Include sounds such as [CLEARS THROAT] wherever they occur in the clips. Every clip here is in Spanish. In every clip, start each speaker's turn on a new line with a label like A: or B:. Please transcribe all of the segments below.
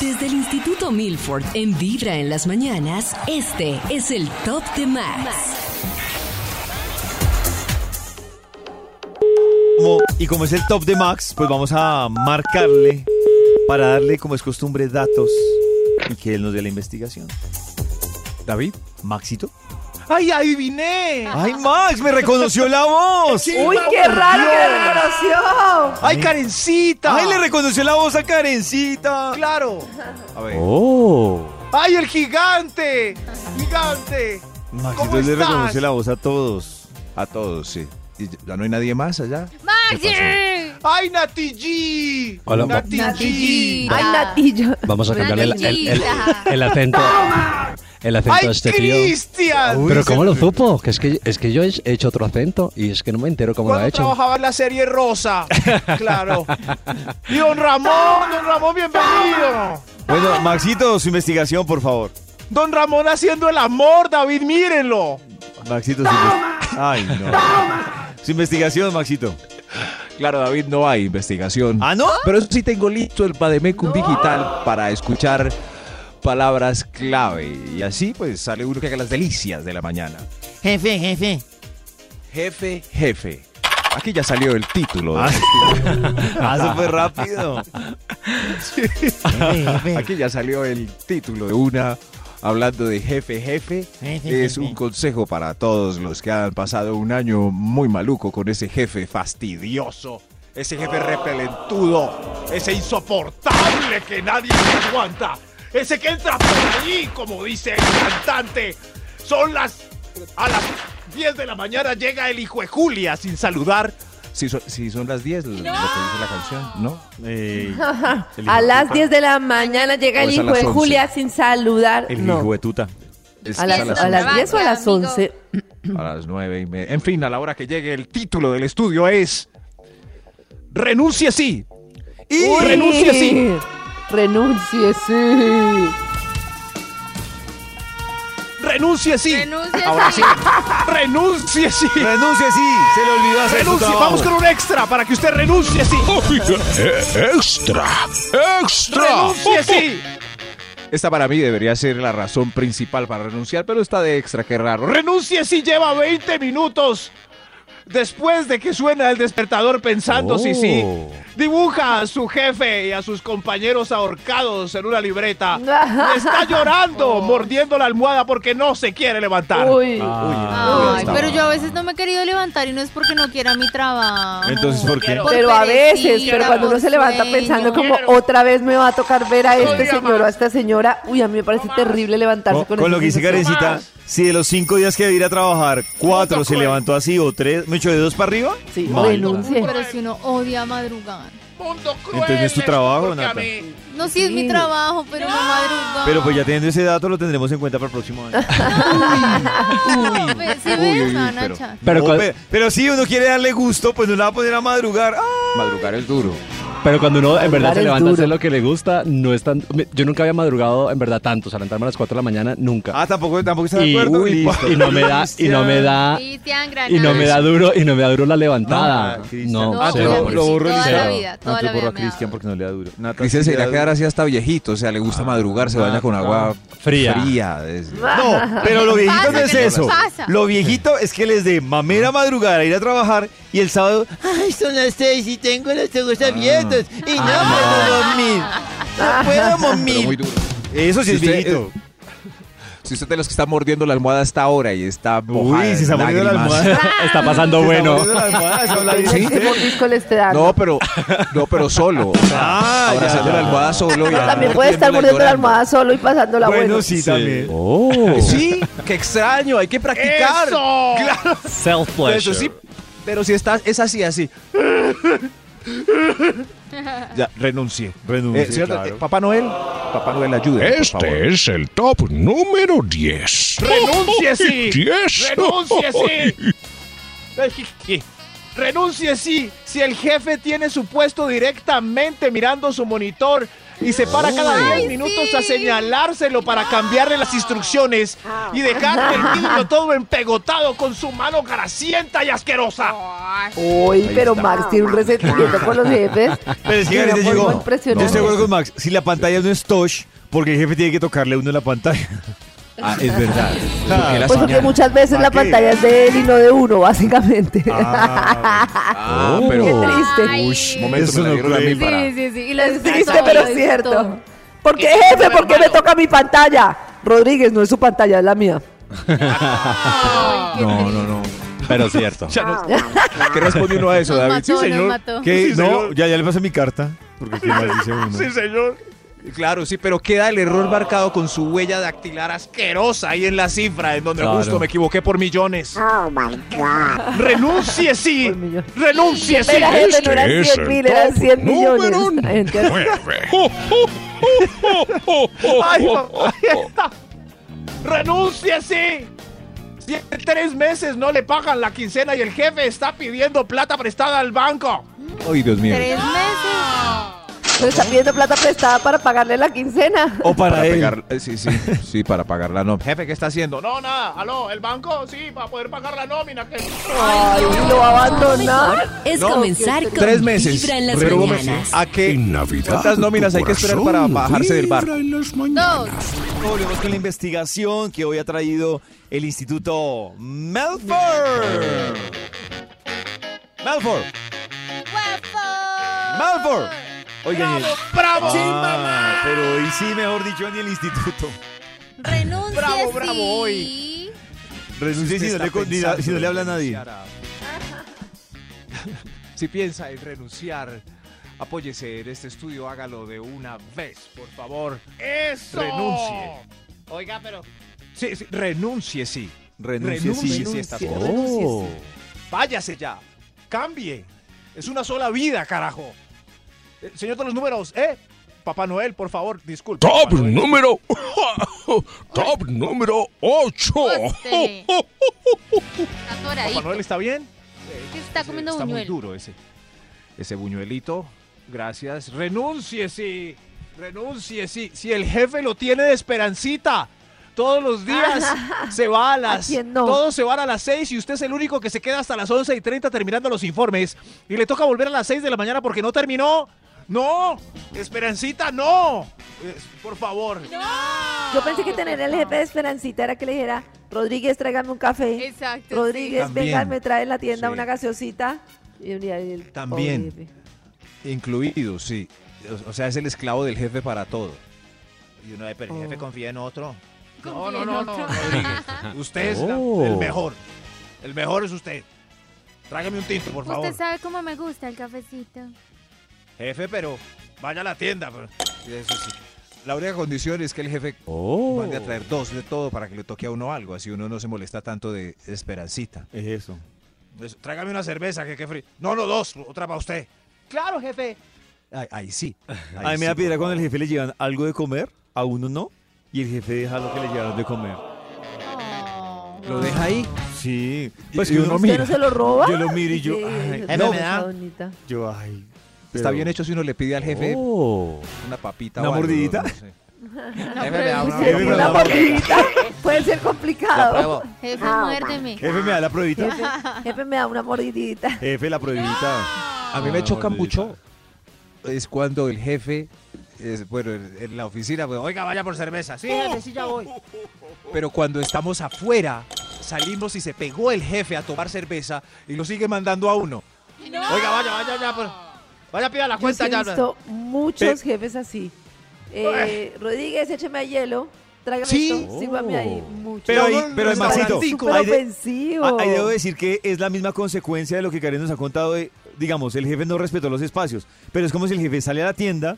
A: Desde el Instituto Milford en Vibra en las mañanas, este es el Top de Max.
B: Como- y como es el top de Max, pues vamos a marcarle para darle, como es costumbre, datos y que él nos dé la investigación.
C: David.
B: ¿Maxito?
C: ¡Ay, adiviné!
B: ¡Ay, Max! ¡Me reconoció la voz!
D: ¡Uy, qué raro que reconoció!
C: ¡Ay, Karencita!
B: ¡Ay, le reconoció la voz a Karencita!
C: ¡Claro!
B: A ver.
C: ¡Oh! ¡Ay, el gigante! ¡Gigante!
B: Maxito
C: ¿Cómo
B: le
C: estás?
B: reconoció la voz a todos.
D: A todos, sí. ¿Y ya no hay nadie más allá?
C: ¡Ay, Nati G!
E: Hola, ma-
C: Nati, G!
D: Ay,
F: Ay,
D: Natillo.
E: Vamos a cambiarle el, el- el-
F: Nanita.
E: el acento. El acento
C: ¡Ay,
E: a este tío.
C: Cristian!
E: Pero ¿cómo lo supo? Que es que, es que yo he hecho otro acento y es que no me entero cómo lo
C: Cuando
E: ha hecho.
C: trabajaba en la
B: [LAUGHS]
C: serie Rosa. Claro. Y don Ramón, don
B: [LAUGHS]
C: Ramón, bienvenido.
B: Bueno, Maxito, su investigación, por favor.
C: Don Ramón haciendo el amor, David, mírenlo.
B: Maxito, su investigación. ¡Ay, no! Su investigación, Maxito.
D: Claro, David, no hay investigación.
B: ¿Ah, no?
D: Pero sí tengo listo el Pademecum digital para escuchar palabras clave. Y así, pues, sale uno que haga las delicias de la mañana.
G: Jefe, jefe.
D: Jefe, jefe. Aquí ya salió el título. de- este
G: [LAUGHS]
B: ¡Ah, eso fue rápido!
G: Jefe, jefe.
D: Aquí ya salió el título de una. Hablando de jefe, jefe,
G: Jefe,
D: es
G: jefe.
D: un consejo para todos los que han pasado un año muy maluco con ese jefe fastidioso, ese jefe repelentudo,
C: Ese insoportable que nadie se aguanta. Ese que entra por allí, como dice el cantante. Son las. A las 10 de la mañana llega el hijo de Julia sin saludar.
D: Si son, si son las 10, lo que dice la canción, ¿no?
B: Eh, el
F: A
B: hijo-
F: las 10 de la mañana llega
D: O
F: el
D: es a
F: hijo
D: las
F: de
D: 11.
F: Julia sin saludar.
B: El
F: No.
B: hijo de tuta.
D: Es
F: A
D: a
F: las,
D: las
F: a las
D: once.
F: 10 o a las
H: Amigo.
F: 11.
D: A las nueve y media. En fin, a la hora que llegue el título del estudio es Renuncie sí. Y
F: Uy.
D: renuncie sí.
F: Renuncie, sí.
C: Renuncie sí.
H: Renuncie,
C: Ahora
H: sí.
C: sí. Renuncie sí.
B: Renuncie, sí. Se le olvidó hacer su
C: Renuncie.
B: trabajo.
C: Vamos con un extra para que usted renuncie sí.
E: Eh, ¡Extra! ¡Extra!
C: Renuncie sí.
D: Esta para mí debería ser la razón principal para renunciar, pero está de extra, qué raro.
C: Renuncie si lleva 20 minutos. Después de que suena el despertador pensando si sí,
B: Oh.
C: dibuja a su jefe y a sus compañeros ahorcados en una libreta. Y está llorando, mordiendo la almohada porque no se quiere levantar.
F: Uy.
H: Ay, pero yo a veces no me he querido levantar y no es porque no quiera mi trabajo.
B: Entonces, ¿por qué?
H: por
F: pero a
H: perecita,
F: veces, pero cuando uno
H: por
F: se levanta
H: sueño.
F: pensando como otra vez me va a tocar ver a este señor o a esta señora, uy, a mí me parece terrible levantarse
B: Con,
F: con,
B: con lo
F: esa
B: que dice
F: sensación.
B: Karencita, si de los cinco días que debe ir a trabajar, cuatro se levantó así o tres, me echo de dos para arriba,
F: Sí,
B: Mal.
F: renuncie.
H: Pero si uno odia madrugar.
B: entonces no es tu trabajo, Nata.
H: No, sí es mi trabajo, pero no madrugar.
B: Pero pues ya teniendo ese dato lo tendremos en cuenta para el próximo año.
H: No, ve- sí
D: Uy, uy,
H: ves,
D: uy,
H: ah,
D: pero-
H: Nacha.
E: Pero,
B: Oh,
E: cua-
B: pe- pero si uno quiere darle gusto, pues no la va a poner a madrugar. ¡Ah!
D: Madrugar es duro.
E: pero cuando uno en verdad
F: Madrugar
E: se
F: es
E: levanta a hacer
F: duro.
E: lo que le gusta, no es tan. me- Yo nunca había madrugado en verdad tanto, o sea, levantarme a las 4 de la mañana, nunca.
B: Ah, tampoco, tampoco está de
E: Y,
B: acuerdo.
E: uy, pues,
B: Listo.
E: y no me da, y no
B: [LAUGHS]
E: me da,
H: Cristian
E: Ah, y no me da
H: Granada.
E: duro, y no me da duro la
B: Ah,
E: levantada.
B: Cristian.
E: No,
H: Ah,
E: cero,
H: pero-
E: pues.
H: lo borro Toda la vida,
B: No,
H: toda
B: te
H: la vida
B: borro a
H: me da
B: Cristian
H: duro.
B: porque no le da duro. Ah, Nata,
D: Cristian
B: sí
D: se
B: le
D: irá a
B: da
D: quedar
B: duro.
D: así hasta viejito, o sea, le gusta madrugar, se baña con agua
E: Fría.
D: fría, es-
B: ah. No, pero lo viejito
H: [LAUGHS] pasa?
B: no es
H: ¿Qué les
B: eso.
H: pasa?
B: Lo viejito es que les dé mamera
D: Ah.
B: madrugar a ir a trabajar y el sábado
G: Ay, son las seis y tengo los ojos abiertos.
D: Ah.
G: Y no puedo dormir. No puedo
D: pero muy
G: dormir.
D: duro.
B: Eso sí
D: Si
B: es
D: usted- eh,
B: viejito.
D: Si usted es de los que está mordiendo la almohada hasta ahora y está mojada
B: Uy, si
D: en
B: se ha mordido la
D: lágrimas.
B: almohada.
E: Está pasando bueno.
B: Se está poniendo la almohada, eso habla bien.
F: ¿Qué mordiscos te dan?
D: No, pero, no, pero solo. O sea,
B: Ah,
D: abrazando
B: ya, ya.
D: la almohada solo. y
F: También puede estar mordiendo la
D: llorando.
F: almohada solo y pasándola
B: Bueno,
F: bueno.
B: sí, también.
E: Oh,
D: Sí, qué extraño, hay que
B: [LAUGHS]
D: practicar.
C: ¡Eso!
D: Claro,
E: self
D: pero sí, pero si estás, es así, así. Ya, renuncié.
B: Renuncie,
D: Eh, ¿cierto?
B: claro.
D: Eh, Papá Noel, Papá Noel, ayude.
I: Este es el top número 10.
C: ¡Renuncie,
B: [LAUGHS]
C: sí!
I: 10.
C: ¡Renuncie, [LAUGHS] sí! Renuncie, sí. Si el jefe tiene su puesto directamente mirando su monitor y se para cada 10 minutos a señalárselo para cambiarle las instrucciones y dejar
B: Ah. [LAUGHS]
C: el niño todo empegotado con su mano grasienta y asquerosa.
F: Uy, pero Max tiene un resentimiento con los jefes.
B: Pero sí,
F: de una
B: ahorita
F: forma
B: llegó. Yo
F: impresionante.
B: estoy de acuerdo con Max. Si la pantalla no es touch, porque el jefe tiene que tocarle a uno en la pantalla.
D: [LAUGHS] Ah, es verdad. Porque la
F: Pues porque
D: señal-
F: muchas veces la
B: ¿Para qué?
F: pantalla es de él y no de uno, básicamente. [LAUGHS]
D: Ah,
B: Oh.
D: pero.
F: Qué triste.
H: Uy,
D: Momento,
B: Eso
D: me la
B: no
D: dieron a
B: creo.
D: mí para-
H: Sí, sí, sí. Y lo
F: Es
H: descartó,
F: triste, pero
H: lo
F: es
H: hizo.
F: cierto. Porque jefe, ¿por qué me toca mi pantalla? Rodríguez, no es su pantalla, es la mía.
H: Ay, qué
D: No,
H: triste.
D: no, no. Pero es cierto.
B: ¿Qué responde uno a eso,
H: Ah. Nos mató, nos
B: [LAUGHS]
H: mató.
B: ¿Qué?
C: Sí,
B: no,
C: señor.
B: ya, ya le pasé mi carta. Porque ¿qué más dice uno?
C: señor.
D: Claro, sí, pero queda el error marcado con su huella dactilar
C: Asquerosa ahí en la cifra, en donde
D: Claro.
C: justo me equivoqué por millones. Oh my God. Renuncie, sí. Renuncie, sí.
F: Pero jefe, no eran
I: Este es
F: 100
I: el
F: mil, eran
I: top
F: 100 millones.
I: número
F: Ay, entiendo.
D: [LAUGHS]
I: 9.
D: Oh,
C: Ay, papá. ¡Renuncie, sí! Si en tres meses no le pagan la quincena y el jefe está pidiendo plata prestada al banco.
D: Ay, Dios mío.
H: Tres meses.
F: Pero está pidiendo plata prestada para pagarle la quincena.
B: O para, él.
D: pagar, eh, sí, sí, sí, para pagarla no. Jefe, ¿qué está haciendo? No,
C: No, nada, aló, el banco, sí, para poder pagar la nómina. Que...
F: Ay, lo va a abandonar.
A: Es
D: No,
A: comenzar con
D: tres meses.
A: Vibra en las
D: Pero,
A: mañanas.
D: ¿A qué?
I: En Navidad.
D: ¿Cuántas nóminas hay que esperar
I: tu
D: para
I: corazón
D: bajarse del bar?
I: vibra en las mañanas.
H: Dos.
B: Volvemos con la investigación que hoy ha traído el Instituto Melford. Melford. Malfour. Oigan,
C: ¡Bravo, bravo!
B: ah, pero hoy sí, mejor dicho, ni el instituto.
H: Renuncie,
C: Bravo,
H: sí.
C: bravo, hoy.
B: Renuncié si no, le, con- ni da- si no le habla a nadie.
C: [LAUGHS]
D: Si piensa en renunciar, apóyese en este estudio, hágalo de una vez, por favor.
C: ¡Eso!
D: Renuncie.
C: Oiga, pero...
D: Sí, sí, renuncie, sí.
B: Renuncie, sí.
D: sí, estas cosas.
B: Oh.
C: Váyase ya. Cambie. Es una sola vida, carajo. Eh, señor de los números, ¿eh? Papá Noel, por favor, disculpe.
I: Top
C: Papá Noel.
I: número. [LAUGHS] Top número 8.
C: Oh.
H: Poste. Está
C: Papá
H: atoradito.
C: Noel, ¿está bien?
H: ¿Qué se está comiendo
D: Está muy
H: buñuelo?
D: duro ese, ese buñuelito. Gracias.
C: Renuncie, sí. Renuncie, sí. Si el jefe lo tiene de esperancita. Todos los
F: [LAUGHS]
C: días se va a las.
F: quién no?
C: Todos se van a las 6 y usted es el único que se queda hasta las 11 y 30 terminando los informes. Y le toca volver a las 6 de la mañana porque no terminó. ¡No! ¡Esperancita, no! Eh, por favor.
F: Yo pensé que tener el jefe de Esperancita era que le dijera, Rodríguez, tráigame un café.
H: Exacto. sí.
F: Rodríguez,
D: También.
F: venga, me trae en la tienda
D: Sí.
F: una gaseosita. Y un día el pobre
D: También.
F: jefe.
D: Incluido, sí. O- O sea, es el esclavo del jefe para todo.
C: Y uno, eh, pero
H: Oh.
F: el jefe
C: confía en otro. No,
H: Confía
C: no,
H: en
C: no, no.
H: otro.
C: Rodríguez.
H: Ah.
C: Usted es la-
D: Oh.
C: el mejor. El mejor es usted. Tráigame un tinto, por favor.
H: Usted sabe cómo me gusta el cafecito.
C: Jefe, pero vaya a la tienda. pues. pero-
D: Eso sí. La única condición es que el jefe mande a traer dos de todo para que le toque a uno algo, así uno no se molesta tanto de esperancita.
B: Es
E: Oh.
B: eso.
C: Pues, tráigame una cerveza, que, que frío. No, no, dos, otra para usted. Claro, jefe.
D: Ay,
B: [LAUGHS]
D: ahí sí. Ahí
B: A mí me
D: sí,
B: da piedra
D: por
B: cuando el
D: favor.
B: jefe le llevan algo de comer, a uno no, y el jefe deja lo que le llevaron de comer.
H: Oh.
D: Lo deja ahí.
B: Sí.
D: Y-
B: Pues
D: y
B: que
D: uno
B: uno
F: ¿Usted
B: mira.
F: no se lo roba?
B: Yo lo miro y yo, ay,
F: eso
B: jefe,
F: es
B: me
F: cosa
B: da.
F: bonita.
B: Yo, ay. Oh.
D: Está bien hecho si uno le pide al jefe una papita
B: ¿Una
D: o algo,
B: mordidita?
D: no sé. Jefe,
H: pero-
D: me da una-
F: Usted
B: no,
F: con
B: no,
F: la
B: no.
F: mordidita [LAUGHS] puede ser complicado.
H: Jefe, muérdeme.
B: Jefe, me da la pruebita.
D: [LAUGHS]
F: Jefe, jefe, me da una mordidita.
B: Jefe, la pruebita. Ah,
D: A mí me choca mucho es cuando el jefe, es, bueno, en, en la oficina, pues, oiga, vaya por cerveza. Sí,
C: Oh.
D: jefe, sí, ya voy. Pero cuando estamos afuera, salimos y se pegó el jefe a tomar cerveza y lo sigue mandando a uno.
C: Oiga, vaya, vaya, ya. pero- Vaya, pida la
F: Yo sí
C: cuenta
F: he
C: ya.
F: visto muchos jefes así. Eh, Rodríguez, écheme a hielo. Tráigame
D: Sí.
F: esto, sírvame ahí. Mucho.
B: Oh. Pero ahí,
D: no,
B: pero
D: no,
B: ahí,
D: no,
B: Maxito,
D: no,
F: Súper
B: ahí de-
F: ofensivo.
B: Ah, Ahí debo decir que es la misma consecuencia de lo que Karen nos ha contado de, digamos, el jefe no respetó los espacios, pero es como si el jefe sale a la tienda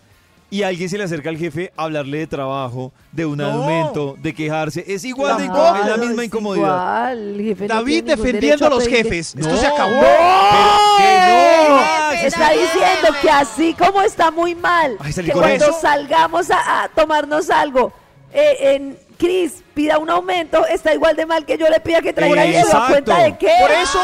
B: y alguien se le acerca al jefe a hablarle de trabajo, de un aumento, de quejarse. Es igual de
F: Claro,
B: incómodo, es la misma
F: es
B: incomodidad.
F: igual, el jefe no
C: David
F: tiene ningún
C: defendiendo a
F: derecho
C: los
F: pedir-
C: jefes. Esto se acabó.
F: ¡Eh!
H: Jefe, está
F: Está
H: bien,
F: diciendo
H: jefe.
F: que así como está muy mal,
B: Ay, salí
F: que
B: con
F: cuando
B: eso.
F: salgamos a, a tomarnos algo, eh, en Cris pida un aumento, está igual de mal que yo le pida que traiga una hielo. ¿A
B: Exacto.
F: cuenta de qué?
C: Por eso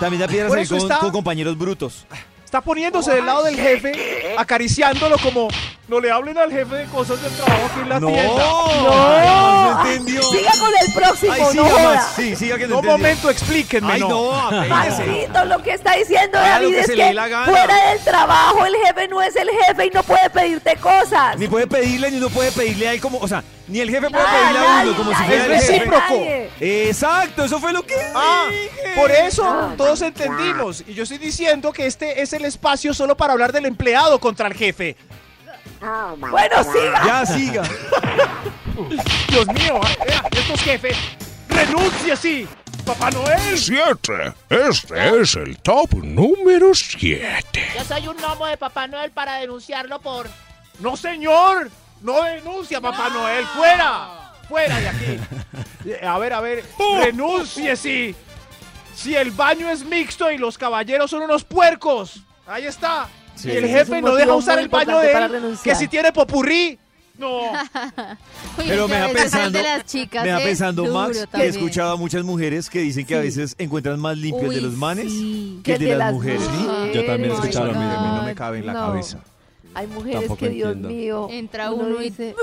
B: También da piedras
C: Por
B: ahí
C: eso
B: con,
C: está-
B: con compañeros brutos.
C: está poniéndose del lado del jefe, acariciándolo como no le hablen al jefe de cosas del trabajo aquí en la tienda.
B: Ay, no entendió.
F: Siga con el próximo,
B: Ay,
F: no
B: siga,
F: joda.
B: Max. Sí, siga que no
C: No,
B: entendió.
C: momento, explíquenme.
B: Ay,
C: no.
B: no, apéguese.
F: Maxito, lo que está diciendo
B: Haga lo
F: David
B: que
F: es
B: se
F: que
B: le dé la gana.
F: fuera del trabajo el jefe no es el jefe y no puede pedirte cosas.
B: Ni puede pedirle, ni uno puede pedirle a él como, o sea, ni el jefe puede
F: Ah,
B: pedirle a
F: nadie,
B: uno como si
F: nadie,
B: fuera el
C: es
B: jefe.
C: recíproco.
F: nadie.
B: Exacto, eso fue lo que
C: Ah,
B: dije.
C: por eso todos entendimos. Y yo estoy diciendo que este es el espacio solo para hablar del empleado contra el jefe.
F: Bueno, siga.
B: Ya siga.
C: Dios mío, ah, vea, estos jefes. ¡Renuncie, sí! ¡Papá Noel!
I: 7. Este es el top número 7.
J: Yo soy un gnomo de Papá Noel para denunciarlo por...
C: ¡No, señor! ¡No denuncia, Papá Noel! ¡Fuera! ¡Fuera de aquí!
F: [LAUGHS]
C: Eh, A ver, a ver. ¡Renuncie, sí! Si el baño es mixto y los caballeros son unos puercos. Ahí está.
B: Sí.
C: Y el
B: Es
F: un
C: jefe no
F: motivo
C: deja
F: muy
C: usar el baño
F: importante
C: de
F: para
C: él. Que
F: renunciar.
C: si tiene popurrí.
J: [LAUGHS]
C: No.
H: Uy,
B: Pero me
H: ya
B: da
H: ves, ese es el
B: pensando-
H: de las chicas,
B: Me da
H: ¿eh?
B: pensando,
H: Duro
B: Max, que he
H: también.
B: escuchado a muchas mujeres que dicen que a veces encuentran más limpios de
H: Uy,
B: los manes
H: sí.
B: que de las mujeres.
E: Yo también he
F: Ay,
E: escuchado lo
F: no,
E: mismo.
D: No me cabe en la
F: no.
D: cabeza.
F: Hay mujeres
E: Tampoco
F: que, Dios
E: entiendo.
F: mío.
H: Entra uno y- [LAUGHS]
F: dice.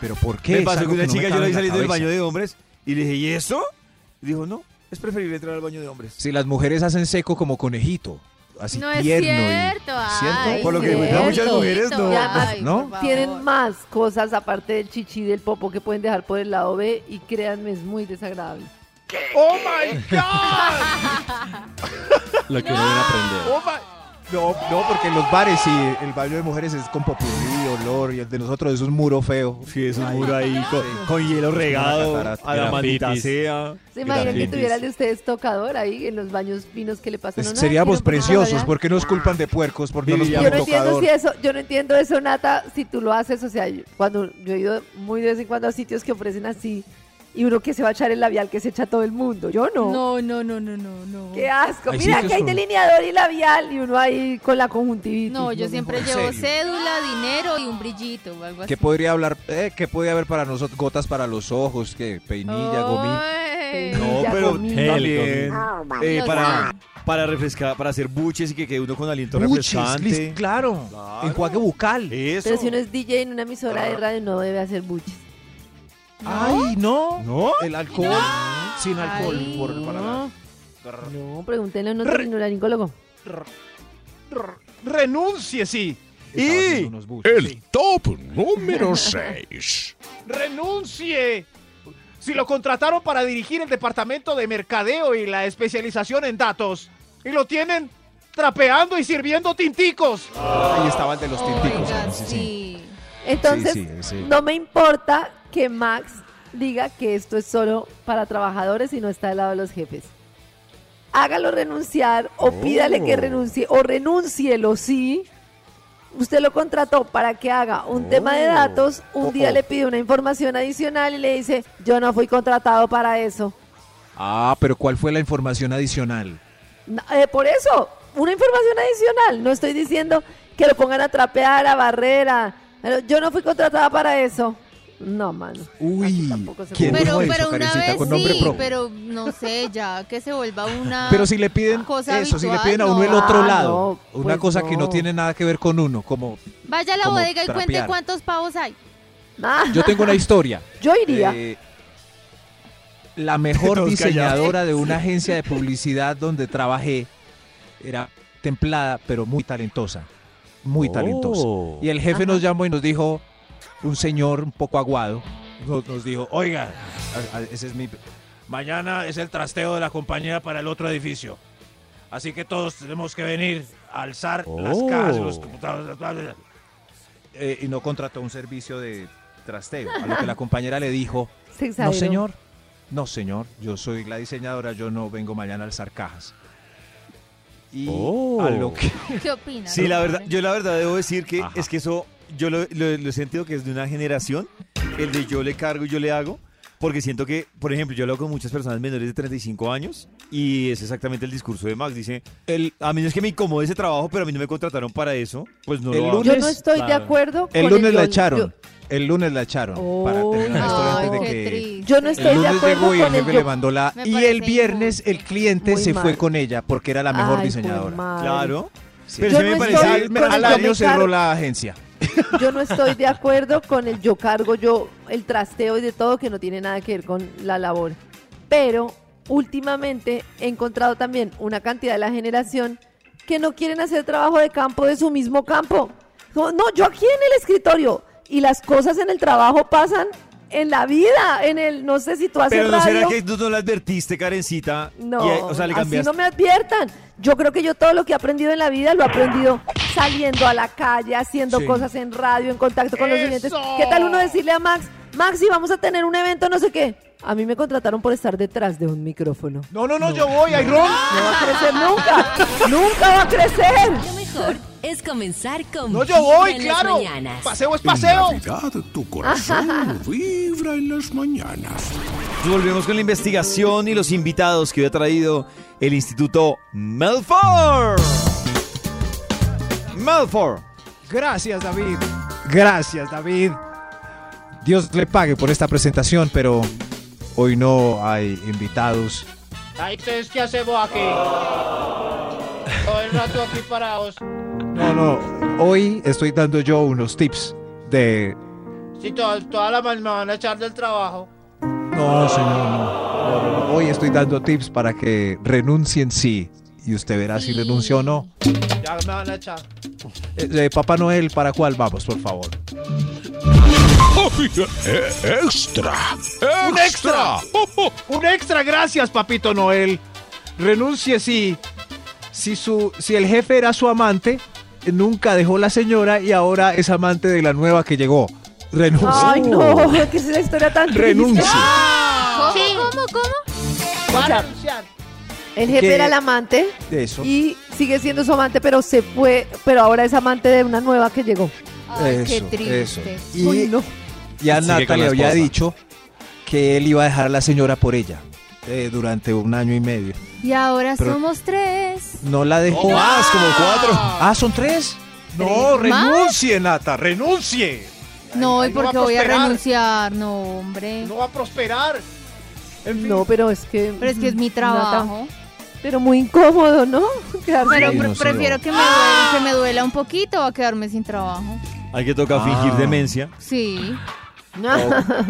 D: ¿Pero por qué?
B: Me
D: Es
B: pasó
D: algo
B: que una
D: no me
B: chica yo
D: cabe
B: la vi
D: en
B: saliendo del
D: cabeza.
B: baño de hombres y le dije, ¿y eso? Y dijo, no, es preferible entrar al baño de hombres.
D: Si las mujeres hacen seco como conejito, así
H: No es
D: tierno. y-
H: cierto, ay,
B: Por lo que
F: sí.
B: a muchas
F: Cierto.
B: mujeres no.
F: Ya, además,
D: ¿no?
H: por favor.
F: Tienen más cosas aparte del chichi y del popo que pueden dejar por el lado B y créanme, es muy desagradable.
C: ¡Oh, my God!
E: Lo que uno viene a aprender.
C: ¡Oh,
J: [LAUGHS]
C: my...
D: No, no, porque en los bares sí, el baño de mujeres es con popurrí, olor, y el de nosotros es un muro feo.
B: Sí, es un muro ahí con, con hielo regado,
D: catarata.
B: a la maldita
E: Grafitis.
B: sea.
F: ¿Se imaginan que
E: Grafitis.
F: tuviera el de ustedes tocador ahí en los baños finos que le pasan?
D: Es-
F: No, no,
D: Pues seríamos
F: quiero poner
D: preciosos,
F: allá.
D: ¿por qué nos culpan de puercos por no nos
F: Yo
D: ponen
F: no entiendo
D: tocador?
F: si eso, yo no entiendo eso, Nata, si tú lo haces, o sea, yo- cuando yo he ido muy de vez en cuando a sitios que ofrecen así y uno que se va a echar el labial que se echa todo el mundo, yo no.
H: No, no, no, no, no, no.
F: Qué asco.
D: Hay
F: Mira,
D: sitios
F: que hay
D: con-
F: delineador y labial y uno ahí con la conjuntivitis.
H: No, yo
F: me
H: siempre
D: ¿En
H: llevo
D: serio?
H: cédula, dinero y un brillito o algo así.
D: ¿Qué podría hablar? Eh, ¿Qué podría haber para nosotros? Gotas para los ojos, que peinilla, gomita.
H: Ay.
F: Sí,
B: No,
F: ya
B: pero
F: comí.
B: también eh,
H: Los
B: para,
H: amo.
B: para refrescar, para hacer buches y que quede uno con aliento
D: Buches,
B: refrescante.
D: lis- claro.
B: Claro.
D: Enjuague bucal.
B: Eso.
F: Pero si uno es DJ en una emisora de radio no debe hacer buches.
D: Ay, no.
B: ¿No?
D: El alcohol. Sin alcohol.
H: Ay.
D: por- para la-
F: No, pregúntenle a un otorrinolaringólogo.
C: ¡Renuncie, sí!
D: Estaba
B: Y
D: haciendo unos buches.
I: El top
D: [LAUGHS]
I: número 6.
C: ¡Renuncie! Si lo contrataron para dirigir el departamento de mercadeo y la especialización en datos, y lo tienen trapeando y sirviendo tinticos.
D: Ahí estaba el de los tinticos.
H: Oiga,
D: sí, sí, sí.
H: sí.
F: Entonces,
D: Sí, sí, sí.
F: no me importa que Max diga que esto es solo para trabajadores y no está del lado de los jefes. Hágalo renunciar o
D: Oh.
F: pídale que renuncie o renúncielo, sí. Usted lo contrató para que haga un tema
D: Oh,
F: de datos, un día le pide una información adicional y le dice, yo no fui contratado para eso.
D: Ah, pero ¿cuál fue la información adicional?
F: No, eh, por eso, una información adicional. No estoy diciendo que lo pongan a trapear, a barrer, a- pero Yo no fui contratada para eso. No, mano.
D: Uy,
F: tampoco se
D: ¿quién
F: puede.
H: Pero,
D: dijo eso,
H: pero una
D: Karencita,
H: vez
D: con nombre
H: sí,
D: propio?
H: pero no sé, ya que se vuelva una.
D: [LAUGHS] Pero si le piden
H: cosa
D: eso, si le
H: habitual,
D: piden a uno el
H: no.
D: otro
F: Ah,
D: lado,
F: no,
D: una
F: pues
D: cosa que no
F: no.
D: tiene nada que ver con uno, como
H: Vaya a la
D: como
H: bodega y cuente
D: trapear.
H: cuántos pavos hay.
F: Ah,
D: yo
H: [LAUGHS]
D: tengo una historia.
F: [LAUGHS] yo iría.
D: Eh,
H: [LAUGHS]
D: la mejor
B: Todos
D: diseñadora de una agencia de publicidad donde trabajé era templada, pero muy talentosa, muy talentosa. Y el jefe nos llamó y nos dijo, un señor un poco aguado, nos, nos dijo, oiga, a- a- ese es mi... Mañana es el trasteo de la compañía para el otro edificio. Así que todos tenemos que venir a alzar las cajas, los computadores, bla, bla, bla". Eh, y no contrató un servicio de trasteo. A lo que la compañera le dijo,
F: Se
D: no
F: exageró.
D: señor, no señor, yo soy la diseñadora, yo no vengo mañana a alzar cajas. Y
B: Oh.
D: a lo que
H: ¿Qué opinas?
B: Sí, la verdad, yo la verdad debo decir que es que eso, yo lo, lo- lo he sentido que es de una generación, el de yo le cargo y yo le hago, porque siento que, por ejemplo, yo hablo con muchas personas menores de 35 años y es exactamente el discurso de Max, dice, el, a mí no es que me incomode ese trabajo, pero a mí no me contrataron para eso, pues no
D: El
B: lo hago".
D: lunes-
F: Yo no estoy de
B: Claro.
F: acuerdo con
D: el lunes la
F: yo-
D: echaron.
F: yo-
D: El lunes la echaron.
F: Oh,
D: para terminar la historia
H: ay,
D: antes de
H: qué
D: que
H: triste.
F: Yo no
D: el
F: estoy de
D: lunes
F: acuerdo
D: llegó y el
F: con el
D: jefe
F: yo-
D: le mandó la
H: Me
D: y
H: parece
D: el viernes el cliente
F: Muy
D: se fue
F: mal.
D: con ella porque era la mejor
F: Ay,
D: diseñadora.
F: jue madre.
B: Claro.
D: Sí.
B: Pero
F: Yo
B: sí
F: no
B: me
F: estoy-
B: parece...
D: Al,
F: con
D: al
F: el
D: año
F: Johnny
D: cerró
F: Carr-
D: la agencia.
F: [LAUGHS] Yo no estoy de acuerdo con el yo cargo, yo el trasteo y de todo que no tiene nada que ver con la labor. Pero últimamente he encontrado también una cantidad de la generación que no quieren hacer trabajo de campo de su mismo campo. Como, No, yo aquí en el escritorio y las cosas en el trabajo pasan en la vida, en el no sé si tú haces
B: Pero no será
F: radio.
B: que tú no la advertiste, Karencita.
F: No,
B: Y, eh, o sea, le
F: así
B: cambiaste.
F: no me adviertan. Yo creo que yo todo lo que he aprendido en la vida lo he aprendido saliendo a la calle, haciendo
D: Sí.
F: cosas en radio, en contacto con los
J: ¡Eso!
F: clientes. ¿Qué tal uno decirle a Max, Maxi, vamos a tener un evento, no sé qué? A mí me contrataron por estar detrás de un micrófono.
C: No, no, no, yo voy, Iron.
F: No va a crecer nunca, nunca va a crecer.
A: Lo mejor es comenzar con
C: No, yo voy,
A: Vibra en las
C: claro.
A: mañanas.
C: Paseo es paseo.
I: En Navidad
D: [LAUGHS]
I: tu corazón vibra en las mañanas. [LAUGHS]
B: Nos Volvemos con la investigación y los invitados que hoy ha traído el Instituto Melford. Melford.
D: Gracias, David. Gracias, David. Dios le pague por esta presentación, pero hoy no hay invitados.
J: Ay, entonces, ¿qué hacemos aquí? Todo el rato aquí parados.
D: No, no. Hoy estoy dando yo unos tips de.
J: Si to- toda la mañana me van a echar del trabajo.
D: No, señor, no. No, no, no. Hoy estoy dando tips para que renuncien sí. Y usted verá si renuncia o no.
J: Ya me van a echar.
D: Eh, eh, Papá Noel, ¿para cuál vamos, por favor?
I: ¡Ay, eh, extra!
C: ¡Un extra! Un extra, gracias, papito Noel. Renuncie si,
D: Si, su, si el jefe era su amante, nunca dejó la señora y ahora es amante de la nueva que llegó.
B: Oh.
D: Renuncia.
F: Ay, no, que es una historia tan triste.
D: [LAUGHS] Renuncie. Ah,
H: ¿Cómo, cómo, cómo?
J: Va
F: O sea,
J: a renunciar.
F: El jefe
D: Que-
F: era el amante
D: Eso.
F: y sigue siendo su amante, pero se fue, pero ahora es amante de una nueva que llegó.
H: Ay, qué
D: Eso,
H: triste.
D: eso.
F: Y...
D: Y- Ya Nata
B: con la
D: le había
B: esposa.
D: dicho que él iba a dejar a la señora por ella eh, durante un año y medio.
H: Y ahora
D: Pero-
H: somos tres.
D: No la dejó.
B: más, como cuatro.
D: Ah, son tres. No,
H: ¿Tres más?
D: renuncie, Nata, renuncie.
H: No, ¿y
C: no va
H: por
C: a
H: qué voy a
C: prosperar.
H: renunciar? No, hombre.
C: no va a prosperar. En fin.
F: No, pero es que.
H: Pero es que es mi
F: Nata,
H: trabajo.
F: pero muy incómodo, ¿no? [LAUGHS] Quedarse
H: Pero
D: Sí,
H: pre-
D: no,
H: prefiero
D: señor.
H: que me, duela, que me duela un poquito a quedarme sin trabajo.
B: Hay que
D: Ah,
B: tocar fingir demencia.
H: Sí.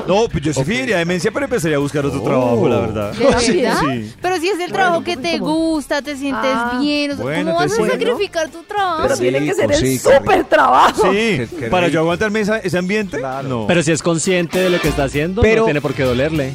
B: No, pues yo sí fingiría demencia, pero empezaría a buscar
D: Oh.
B: otro trabajo, la verdad.
H: ¿De
D: [LAUGHS]
H: verdad?
B: Sí, sí.
H: Pero si es el trabajo que te
F: ¿cómo?
H: gusta, te sientes
F: Ah.
H: bien, o sea,
B: Bueno,
H: ¿cómo vas a
B: entonces
F: sí.
H: sacrificar tu trabajo?
F: Pero tiene que
D: rico,
F: ser el
D: sí, qué rico.
F: súper trabajo.
B: Sí,
D: Qué- qué
B: para
D: rico.
B: yo aguantarme esa- ese ambiente,
D: Claro.
B: no.
E: Pero si es consciente de lo que está haciendo,
D: Pero-
E: no tiene por qué dolerle.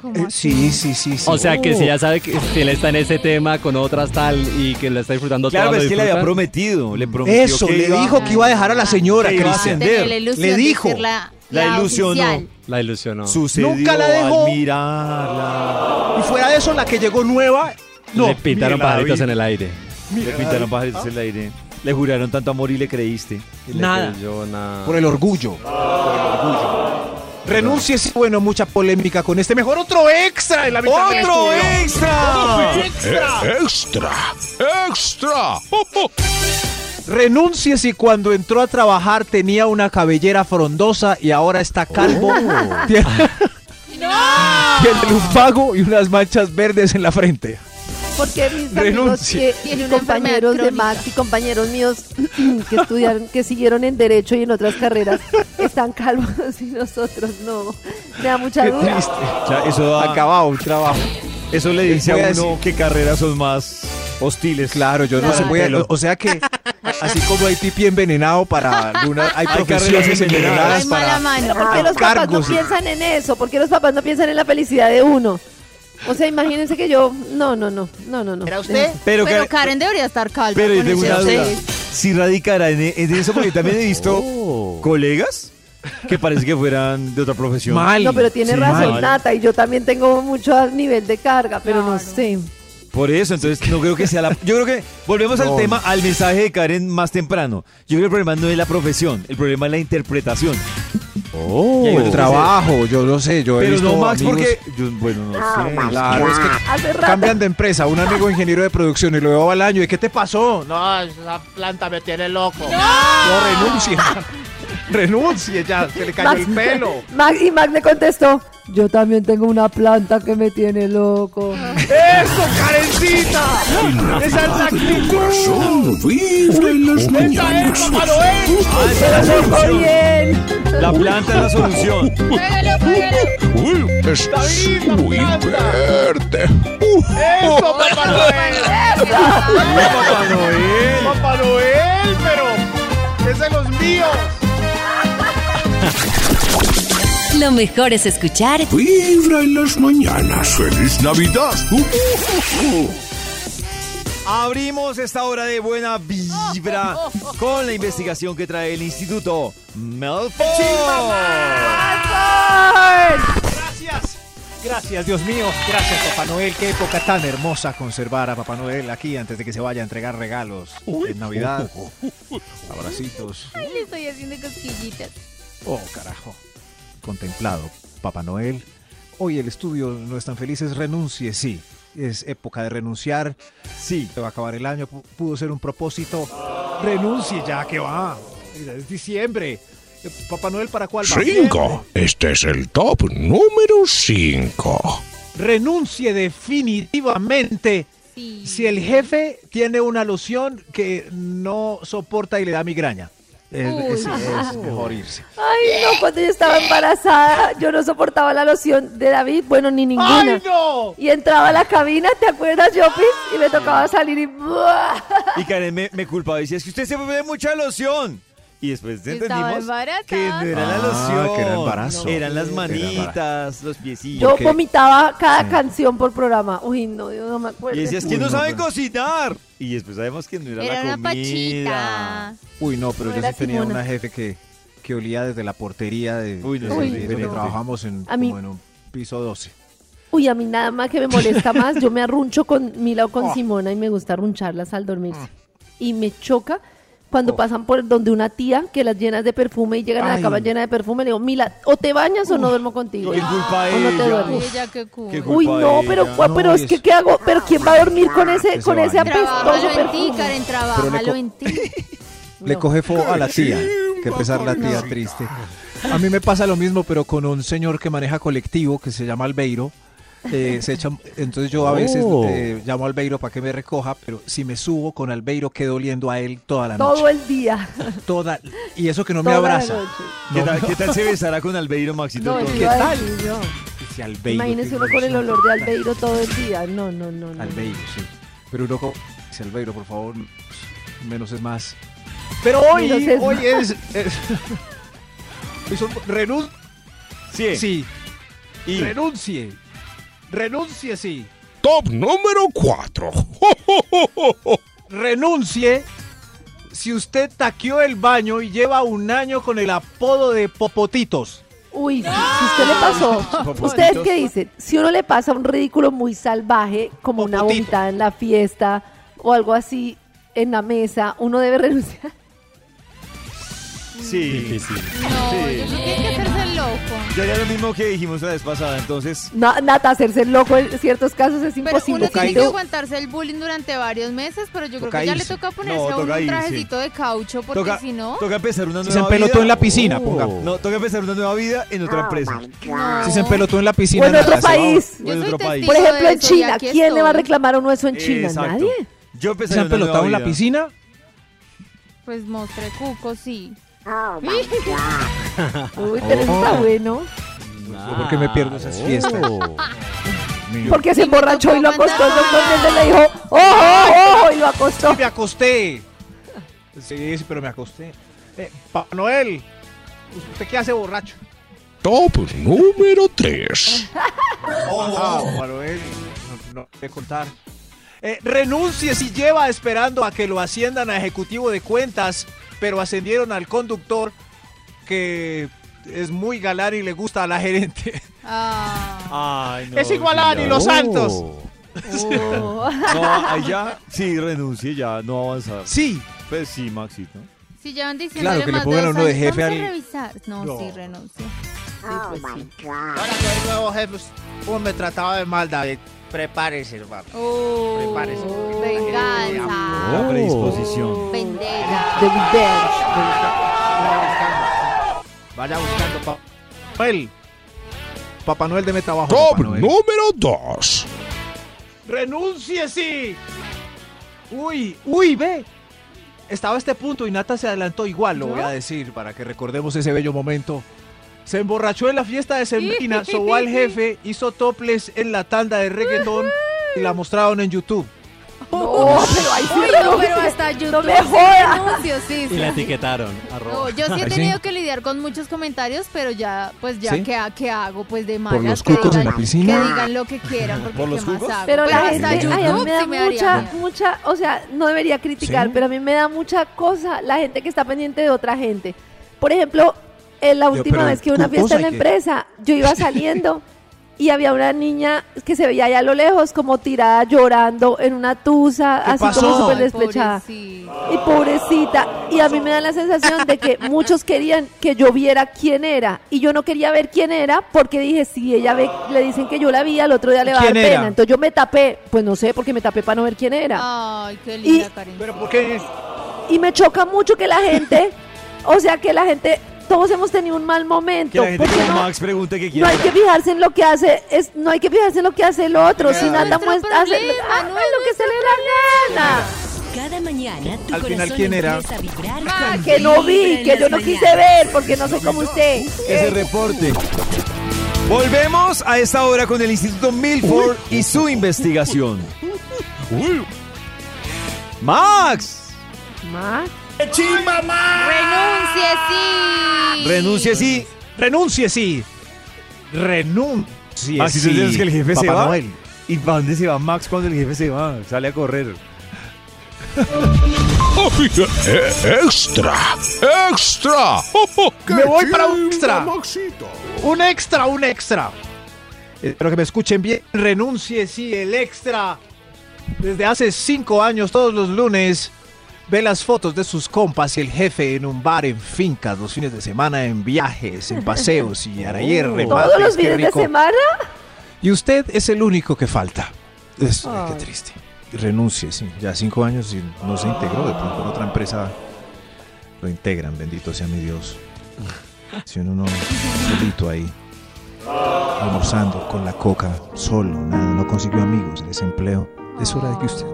H: ¿Cómo así?
D: Eh, Sí, sí, sí, sí.
E: O sea que si ya sabe que si él está en ese tema con otras tal y que la está disfrutando
B: claro,
E: todo,
B: pero
E: lo
B: es que le había
E: disfruta.
B: prometido, le prometió
D: Eso,
B: que
D: le
B: iba-
D: dijo que iba a dejar a la señora,
B: Que iba a
D: Cristian.
B: ascender.
H: Tenía la ilusión
D: Le
H: de
D: dijo.
H: ser la,
B: La
H: la
B: ilusionó.
H: oficial.
E: La ilusionó.
B: Sucedió
D: Nunca la dejó.
B: al mirarla.
D: Uh. Y fuera de eso, la que llegó nueva. No,
E: le pintaron
B: mire, la
E: pajaritos
B: vi.
E: en el aire.
B: Le pintaron pajaritos en el aire. Le juraron tanto amor y le creíste.
E: Y le
D: Nada.
E: creyó nada.
D: por el orgullo. Por el orgullo. Renuncie, sí, bueno, mucha polémica con este. Mejor otro extra de la mitad del
B: ¡Otro
D: estudio.
B: extra!
I: Eh, ¡Extra! ¡Extra!
D: Renuncie si cuando entró a trabajar tenía una cabellera frondosa y ahora está calvo. Tiene, [LAUGHS] tiene un pago y unas manchas verdes en la frente.
F: Porque mis amigos
D: Renuncie.
F: que,
H: Tiene
F: y
H: una
F: compañeros
H: enfermedad
F: de Max y compañeros míos [CLEARS THROAT] que estudiaron, que siguieron en Derecho y en otras carreras, están calvos [LAUGHS] y nosotros no. Me da mucha
D: Qué
F: duda.
D: triste.
B: O sea, eso, da-
D: Acabado el trabajo.
B: eso le
D: Les
B: dice
D: voy a
B: a uno qué carreras son más hostiles.
D: Claro, yo no
H: Claro.
D: sé. voy a- o sea que, así como hay pipí envenenado para algunas, hay profesiones
B: carreras envenenadas
D: envenenadas
H: Ay, mala
D: para.
F: Pero
H: mano.
F: ¿por qué los papás no
D: cargos.
F: piensan en eso? ¿Por qué los papás no piensan en la felicidad de uno? O sea, imagínense que yo. No, no, no. No, no, no.
J: ¿Era usted?
B: Pero,
H: Pero
B: Karen-
H: Karen debería estar calma.
B: pero yo
H: con
B: tengo
H: ese
B: una duda.
H: hombre.
B: Si radicará en, en eso, porque también he
D: [LAUGHS]
B: visto
E: Oh.
B: colegas que parece que fueran de otra profesión.
D: Mal.
F: No, pero tiene
B: Sí,
F: razón
B: mal.
F: Nata y yo también tengo mucho nivel de carga, pero no
H: Claro.
F: sé.
B: Por eso, entonces no creo que sea la... Yo creo que volvemos al tema, al mensaje de Karen más temprano. Yo creo que el problema no es la profesión, el problema es la interpretación.
D: Oh,
B: Y hay otros
D: el
B: que
D: trabajo, yo no sé, yo he
B: Pero
D: visto
B: no, Max,
D: amigos-
B: porque... yo- Ah, bueno, no
D: Ah.
B: sé.
D: Claro, es que
F: Hace rato.
D: cambian de empresa, un amigo ingeniero de producción y lo veo al año, ¿y qué te pasó?
J: No, esa planta me tiene loco.
D: No, renuncie. renuncie ya, se le
F: Max- [LAUGHS] Max- y Max le contestó, yo también tengo una planta que me tiene loco.
C: Ah. ¡Eso, Karencita! ¡Esa es la actitud!
I: Vibra en las
C: ¡Esa
I: mañanas.
C: es, Papá Noel!
F: [LAUGHS] Pero se fue bien.
B: La planta es la solución.
H: Págalo, págalo.
I: Uy, es
C: David, la
I: muy
C: planta.
I: verde.
C: ¡Eso, ¡Oh! Papá Noel!
B: Papá Noel.
C: ¡Papá Noel, pero! ¡Es de los míos!
A: Lo mejor es escuchar
I: Vibra en las mañanas. ¡Feliz Navidad!
B: Abrimos esta hora de buena vibra con la investigación que trae el Instituto Melford.
D: Gracias. Gracias, Dios mío. Gracias, Papá Noel. Qué época tan hermosa conservar a Papá Noel aquí antes de que se vaya a entregar regalos en Navidad. Abracitos.
H: Ay, le estoy haciendo cosquillitas.
D: Oh, carajo. Contemplado, Papá Noel. Hoy el estudio no es tan feliz, es renuncie, sí. Es época de renunciar. Sí, se va a acabar el año, pu- pudo ser un propósito. Renuncie ya, que va. Es diciembre. Eh, Papá Noel, ¿para cuál va?
I: Cinco. Este es el top número 5.
D: renuncie definitivamente
H: Sí.
D: si el jefe tiene una alusión que no soporta y le da migraña. Es, es- es mejor irse.
F: Ay, no, cuando yo estaba embarazada, yo no soportaba la loción de David, bueno, ni ninguna.
C: ¡Ay, no! Ah.
F: Y entraba a la cabina, ¿te acuerdas, Jopis? Y me tocaba salir y...
B: Y Karen me, me culpaba y decía, es que usted se bebe mucha loción. Y después
H: Estaba
B: entendimos
H: embarazada.
B: que no era la
D: Ah,
B: loción.
D: que era embarazo.
B: Eran las
D: Era embarazo.
B: manitas, los piecillos.
F: Yo vomitaba cada canción por programa. Uy, no, yo no me acuerdo.
B: Y decías, que no saben
D: pues.
B: cocinar? Y después sabemos que no era,
H: Era
B: la
H: una
B: comida.
H: pachita.
D: Uy, no, pero
F: No
D: yo
F: era
D: sí tenía
F: Simona.
D: una jefe que, que olía desde la portería de,
B: Uy, no,
D: de-
F: eso es
D: de- donde
F: diferente.
D: trabajamos en,
F: A mí-
D: como en un piso 12.
F: Uy, a mí nada más que me molesta más, yo me arruncho con Mila o con Simona y me gusta arruncharlas al dormirse. Y me choca cuando pasan por donde una tía que las llenas de perfume y llegan a la
D: Ay.
F: cama llena de perfume, le digo, Mila, o te bañas o no duermo contigo.
B: Qué culpa
F: o no te
B: ella.
F: duermes.
H: Ella, qué cool.
B: Qué cool.
F: Uy,
B: culpa
F: no,
B: de
F: pero,
B: ella.
F: gua- pero
D: No,
F: es que
D: es-
F: ¿qué hago? ¿Pero quién va a dormir con ese,
D: Que se
F: con ese
D: bañe.
F: apestoso
H: Trabájalo en ti,
F: perfume?
H: Karen, trabájalo en ti.
D: Le coge fo a la tía, que pesar la tía triste. A mí me pasa lo mismo, pero con un señor que maneja colectivo, que se llama Albeiro. eh, se echa- entonces yo a veces
E: Oh.
D: eh, llamo a Albeiro para que me recoja, pero si me subo con Albeiro quedo oliendo a él toda la noche.
F: Todo el día.
D: Toda, y eso que no me
F: toda la
D: abraza.
F: noche.
B: ¿Qué, tal, qué tal se besará con Albeiro Maxito?
F: No,
B: Entonces,
F: yo iba a decir, no.
D: Dice Albeiro,
F: Imagínese
D: qué
F: uno con el
D: ilusión.
F: olor de Albeiro todo el día. No, no, no. no.
D: Albeiro, sí. Pero uno como, dice Albeiro, por favor, pues, menos es más. Pero hoy,
F: Menos es
D: hoy
F: más.
D: es... es- [LAUGHS] hoy son- renun-
B: sí.
D: sí,
B: Y-
D: renuncie. Renuncie, sí.
I: Top número 4.
D: Renuncie si usted taqueó el baño y lleva un año con el apodo de Popotitos.
F: Uy, si usted le pasó, ¿ustedes qué dicen? Si uno le pasa un ridículo muy salvaje, como una
D: Popotito.
F: vomitada en la fiesta o algo así en la mesa, uno debe [LAUGHS] renunciar.
B: sí.
H: No, yo creo que hay que hacerse el loco.
B: Yo haría lo mismo que dijimos la vez pasada, entonces.
F: Na- Nata, hacerse el loco en ciertos casos es
H: Pero
F: imposible.
H: uno tiene que
F: Tito.
H: aguantarse el bullying durante varios meses, pero yo creo
D: Toca
H: que ya le
D: irse.
H: toca ponerse
B: No,
H: a uno
B: toca
H: un
B: irse.
H: trajecito de caucho, porque
B: toca,
H: si no,
B: toca empezar una
D: Si
B: nueva
D: se empelotó
B: vida. uh.
D: en la piscina,
E: Oh.
D: pongamos.
B: No, toca empezar una nueva vida en
F: Ah,
B: otra empresa.
H: no.
D: Si se empelotó en la
F: o
D: piscina.
F: en
D: nada,
F: otro
D: se va.
F: país.
B: en
H: Yo soy
B: otro país.
H: testigo
F: Por ejemplo,
H: de
F: en
H: eso y
F: China.
H: aquí
F: ¿Quién le va a
H: estoy.
F: reclamar a uno eso en China?
B: Exacto.
F: Nadie.
B: Yo
D: ¿Se
B: empezaría
D: han
B: una nueva
D: pelotado en la
B: vida.
D: piscina?
H: Pues mostré cuco, sí. [LAUGHS]
F: Uy, pero eso está bueno.
D: Porque me pierdo esas fiestas.
F: Porque se
H: Y me
F: emborrachó
H: tocó
F: y lo acostó. El
H: mandar-
F: doctor Méndez le dijo, ¡ojo, ojo! Y lo acostó.
D: me acosté. Sí, sí, pero me acosté. Eh, Papá Noel, ¿usted qué hace borracho?
I: Top número 3.
K: Oh,
D: Ah, Papá Noel, no, no voy a contar. Eh, renuncie si lleva esperando a que lo asciendan a ejecutivo de cuentas, pero ascendieron al conductor que es muy galán y le gusta a la gerente. [LAUGHS]
H: Ah.
B: Ay, no. [LAUGHS]
C: ¡Es igual a Dani Los Santos!
F: Oh.
B: No, allá sí renuncie, ya no va a avanzar.
L: Sí.
B: Pues sí, Maxito.
H: Si llevan diciendo
L: Claro, que le pongan a uno de jefe
H: vamos a
L: al-
H: revisar. No,
L: No.
H: sí, renuncio.
M: Oh my God.
K: Ahora que hay nuevos jefes, ¿cómo me trataba de mal, David? Prepárese, hermano.
H: Oh,
K: Prepárese.
H: venganza.
D: Oh.
B: La predisposición.
H: Vendetta.
F: The Revenge.
K: Vaya buscando pa...
C: Noel.
L: Papá Noel de trabajo.
I: Top número 2.
C: Renuncie, sí.
D: Uy, uy, ve. Estaba a este punto y Nata se adelantó igual.
L: Lo
D: ¿no?
L: voy a decir para que recordemos ese bello momento.
D: Se emborrachó en la fiesta de Sembrina, sobó al jefe, hizo toples en la tanda de reggaetón y la mostraron en YouTube.
F: No, pero ahí sí
H: Uy, no,
F: renuncio.
H: pero hasta YouTube.
F: me
H: sí
F: jodas.
H: renuncio, sí, sí.
E: etiquetaron. arroba.
H: No, yo sí he
L: Ay, sí.
H: tenido que lidiar con muchos comentarios, pero ya, pues ya,
L: ¿Sí?
H: ¿qué, ha- qué hago? Pues de malas.
L: los
H: que
L: cucos en
H: digan-
L: la piscina?
H: Que digan lo que quieran, porque
B: ¿Por los
H: ¿qué
B: cucos?
H: más hago?
F: Pero
H: Pues
F: la
H: hasta
F: gente, ay, a mí
H: YouTube
F: me da
H: sí me
F: mucha,
H: haría.
F: mucha, o sea, no debería criticar,
L: ¿Sí?
F: pero a mí me da mucha cosa la gente que está pendiente de otra gente. Por ejemplo, en la
L: Yo,
F: última
L: pero
F: vez que hubo una
L: tú
F: fiesta en la
L: cosa que-
F: empresa,
L: [LAUGHS]
F: yo iba saliendo y había una niña que se veía allá a lo lejos como tirada llorando en una tusa, así como
D: pasó?
F: súper
H: Ay,
F: despechada.
H: pobrecita.
F: Y pobrecita, y a mí me da la sensación de que muchos querían que yo viera quién era, y yo no quería ver quién era porque dije, si ella ve, le dicen que yo la vi, al otro día le va a dar
D: ¿Quién
F: pena.
D: era?
F: Entonces yo me tapé, pues no sé, porque me tapé para no ver quién era.
H: Ay, qué linda,
F: Y-
H: Karen.
D: Pero ¿por qué?
F: Y me choca mucho que la gente, o sea, que la gente, todos hemos tenido un mal
B: Que
F: momento.
B: la gente
F: porque
B: como
F: no,
B: Max pregunte que
F: no
B: quiere.
F: hay que fijarse en lo que hace, es, no hay que fijarse en lo que hace el otro, si nada
H: nuestro
F: muestra, hace ah,
H: problema,
F: haga
H: no es
F: lo que se le da la gana.
A: Cada mañana tu
L: Al final,
A: corazón
L: ¿quién era?
A: empieza a vibrar
H: Ah,
A: cuando
F: Que no
A: vibra
F: vi,
A: en
F: que yo
A: las
F: no quise
A: mañanas.
F: ver, porque no soy como usted. Eh,
L: Ese reporte.
B: Volvemos a esta hora con el Instituto Milford y
D: [LAUGHS]
B: su investigación. Max,
F: Max,
H: Renuncie, sí.
B: renuncie sí.
L: Renuncie, sí. Renuncie.
B: Max, ¿tú
L: sí.
B: Ah, que el jefe se
L: Papá
B: va?
L: Noel.
B: ¿Y para dónde se va Max cuando el jefe se va? Sale a correr.
I: Ay, eh, extra, extra.
D: Me voy para un
I: chimba,
D: extra.
I: Maxito.
D: Un extra, un extra. Espero que me escuchen bien. Renuncie, sí, el extra. Desde hace cinco años, todos los lunes, ve las fotos de sus compas y el jefe en un bar, en fincas, los fines de semana, en viajes, en
F: [LAUGHS]
D: paseos y ayer
F: todos los fines de semana.
D: Y usted es el único que falta. Es, Qué triste. Renuncie, sí. Ya cinco años y no se integró. De pronto en otra empresa lo integran. Bendito sea mi Dios.
H: [LAUGHS]
D: Si uno no, solito ahí, almorzando con la coca, solo, nada, no consiguió amigos, desempleo. Es hora de que usted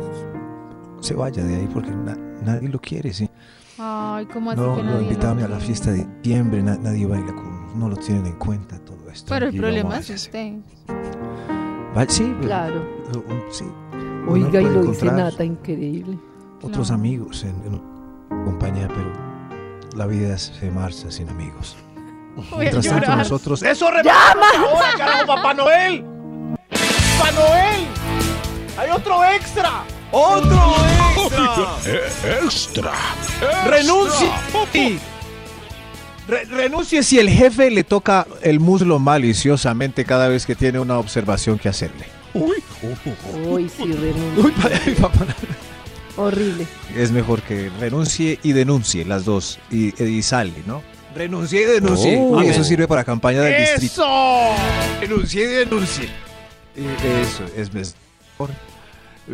D: se vaya de ahí porque na- nadie lo quiere, sí.
H: Ay, ¿cómo así
D: No
H: que
D: lo
H: nadie
D: invitaban
H: lo
D: a la
H: quiere?
D: fiesta de diciembre, na- nadie baila con uno, no lo tienen en cuenta todo esto.
H: Pero el
D: Y no
H: problema es
D: váyase.
H: usted.
D: Va- Sí, pero-
F: Claro.
D: lo- un- sí, uno
F: Oiga, y
D: puede
F: lo dice
D: encontrar
F: Nata, increíble.
D: Otros
H: Claro.
D: amigos en, en compañía, pero la vida se marcha sin amigos.
H: Voy a
D: Mientras tanto,
H: llorar.
D: nosotros.
C: Eso ¡Llama! Ahora, carajo, Papá Noel. Papá Noel. Hay otro extra.
B: ¡Otro extra!
I: Ay, eh, extra, extra.
D: Renuncie. y- Re- renuncie si el jefe le toca el muslo maliciosamente cada vez que tiene una observación que hacerle.
F: Uy, sí, renuncio. Horrible.
D: Es mejor que renuncie y denuncie las dos y, y sale, ¿no? Renuncie y denuncie.
L: Oh.
D: Y eso sirve para campaña del distrito.
C: ¡Eso!
D: Denuncie y denuncie. Eh, Eso es mejor.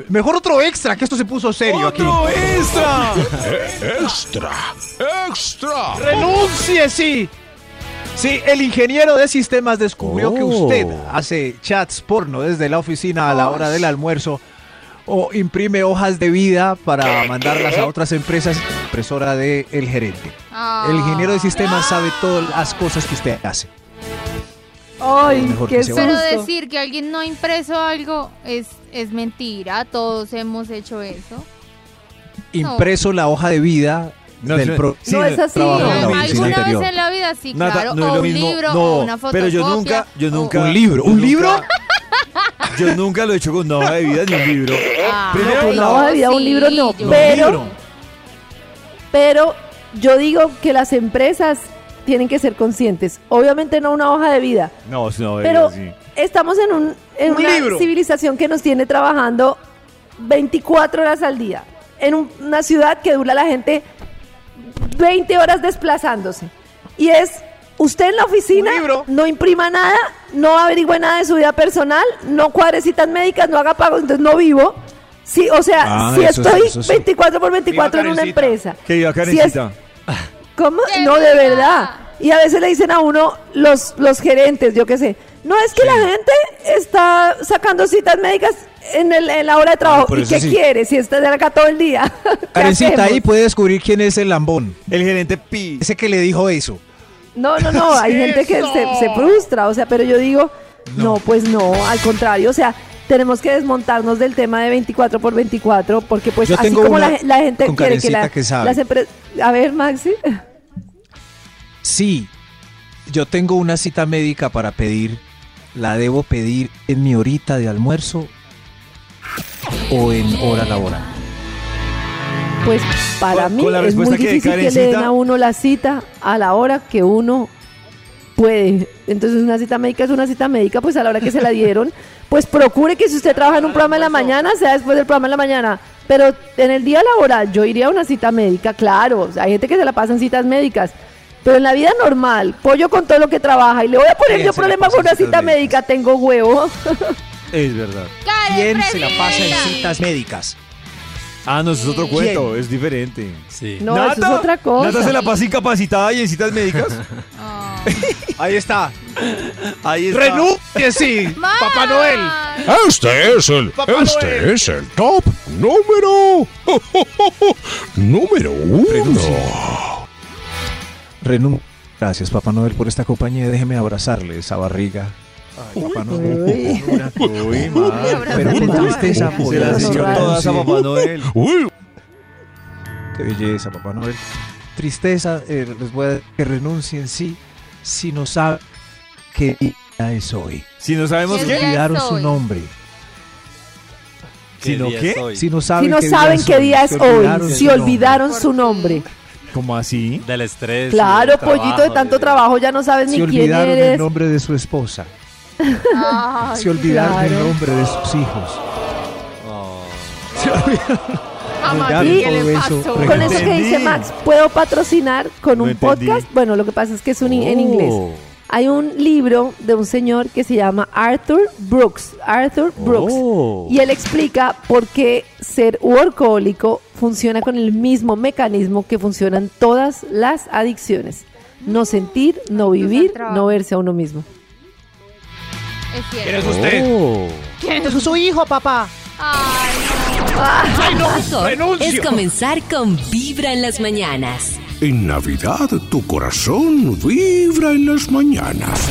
D: Mejor otro extra, que esto se puso serio aquí.
B: ¡Otro extra!
I: Eh, extra, extra.
D: ¡Renuncie, sí! Sí, el ingeniero de sistemas descubrió que
L: Oh.
D: usted hace chats porno desde la oficina a la hora del almuerzo o imprime hojas de vida para mandarlas a otras empresas, impresora del el gerente.
H: Ah.
D: El ingeniero de
F: Ah.
D: sistemas sabe todas las cosas que usted hace.
F: Ay,
D: Mejor
F: qué
D: que se
F: susto.
D: vaya.
H: Pero decir que alguien no ha impreso algo es, es mentira. Todos hemos hecho eso.
D: Impreso la hoja de vida
B: No,
D: del
B: no,
D: pro-
B: sí,
F: No, es así.
D: trabajo en la
H: Alguna
D: oficina
H: vez
D: anterior.
H: en la vida, sí,
B: Nada,
H: claro.
B: no es
H: o
B: lo
H: un
B: mismo.
H: libro,
B: No,
H: o una fotocopia.
B: pero yo nunca, yo
H: o-
B: nunca.
D: Un libro,
B: yo
D: ¿un
B: nunca-
D: libro?
B: Yo nunca lo he hecho con una hoja de vida ni un libro.
H: Ah,
B: Primero
H: no,
B: una
F: hoja de vida, un
H: sí,
F: libro no,
H: yo-
F: pero-
D: Un libro.
F: Pero yo digo que las empresas tienen que ser conscientes. Obviamente no una hoja de vida,
B: No, es una
F: pero
B: obediencia, sí.
F: estamos en, un, en
B: Un
F: una
B: libro.
F: civilización que nos tiene trabajando 24 horas al día, en un- una ciudad que dura la gente 20 horas desplazándose. Y es, usted en la oficina no imprima nada, no averigüe nada de su vida personal, no cuadre citas médicas, no haga pagos, entonces no vivo. Sí, o sea,
B: Ah,
F: si
B: eso sí,
F: estoy
B: eso sí.
F: 24 por 24 en una
B: Karencita.
F: empresa,
B: Que iba
F: Si es-
B: Karencita.
F: ¿Cómo? No, de verdad. Y a veces le dicen a uno los, los gerentes, yo qué sé. No es que la gente está sacando citas médicas en, el, en la hora de trabajo.
D: por
F: ¿Y
D: Ah, eso
F: qué
D: sí.
F: quiere si está de acá todo el día? [LAUGHS] ¿Qué
D: Karencita
F: hacemos?
D: ahí puede descubrir quién es el lambón.
B: El gerente Pi.
D: Ese que le dijo eso.
F: No, no,
D: [LAUGHS]
F: no. Hay gente que se, se frustra. O sea, pero yo digo, no. pues no. Al contrario, o sea, tenemos que desmontarnos del tema de 24 por 24 porque pues
D: Yo
F: así
D: tengo
F: como la,
D: una
F: gen- la gente
D: con
F: quiere que,
D: Karencita
F: la-
D: que sabe.
F: las empresas... A ver, Maxi. [LAUGHS]
D: Sí, yo tengo una cita médica para pedir. ¿La debo pedir en mi horita de almuerzo o en hora laboral?
F: Pues para
D: Con-
F: mí
D: con la
F: es muy
D: respuesta que dé
F: difícil que le den
D: Karencita.
F: a uno la cita a la hora que uno puede. Entonces una cita médica es una cita médica, pues a la hora que se la
D: [LAUGHS]
F: dieron. Pues procure que si usted trabaja
D: Ah,
F: en un programa en la
D: pues
F: mañana, sea después del programa en la mañana. Pero en el día laboral yo iría a una cita médica, claro. O sea, hay gente que se la pasa en citas médicas. Pero en la vida normal, pollo con todo lo que trabaja y le voy a poner
D: Sí,
F: yo
D: se la
F: problema
D: pasa
F: con
D: en
F: una
D: citas
F: cita médica, tengo huevo.
D: Es verdad. ¿Quién se la pasa en citas médicas?
B: Ah, no, eso es otro
D: ¿Quién?
B: cuento, es diferente. Sí.
F: [LAUGHS] No, eso es otra cosa.
B: ¿Nata se la pasa incapacitada y en citas médicas? Ahí está. Ahí está.
H: ¡Renuncie, sí! ¡Papá Noel!
I: Este es el,
H: Papá
I: este
H: Noel.
I: es el top número, [LAUGHS] número uno.
D: Renun. Gracias, Papá Noel, por esta compañía. Déjeme abrazarle esa barriga. Ay, Papá Noel. Uy, madre. Pero con
B: Se
D: tristeza
B: la
D: podrás
B: dio
D: llorar,
B: todas a
D: sí.
B: Papá Noel.
D: Qué belleza, Papá Noel. Tristeza, eh, les voy a decir que renuncien, sí, si no saben qué día es hoy.
B: Si no sabemos
D: Si
B: qué.
D: olvidaron su nombre.
B: ¿Si no
D: día
B: qué?
D: es hoy? Si no
F: Si
D: saben
F: no
D: qué día
F: saben
D: es
F: qué
D: hoy,
F: día es
D: si
F: hoy,
D: olvidaron
F: si
D: su nombre.
F: olvidaron su nombre.
B: ¿Cómo así?
N: Del estrés.
F: Claro, pollito de tanto trabajo, ya no sabes
D: Si
F: ni quién
D: olvidaron el
F: eres.
D: nombre de su esposa.
F: Ay,
D: Se olvidaron el
F: claro.
D: nombre de sus hijos. Se olvidaron.
F: Y
D: Olvidaron todo eso.
F: con eso que dice Max, ¿puedo patrocinar con
D: No
F: un
D: entendí.
F: podcast? Bueno, lo que pasa es que es un in- en
D: Oh.
F: inglés. Hay un libro de un señor que se llama Arthur Brooks. Arthur Brooks.
C: Oh.
F: Y él explica por qué ser workahólico funciona con el mismo mecanismo que funcionan todas las adicciones. No sentir, no vivir, no verse a uno mismo.
E: ¿Quién es usted?
B: Oh.
C: ¿Quién es su hijo, papá?
E: Ay, no,
A: Mejor
E: renuncio.
A: es comenzar con Vibra en las mañanas.
I: En Navidad tu corazón vibra en las mañanas.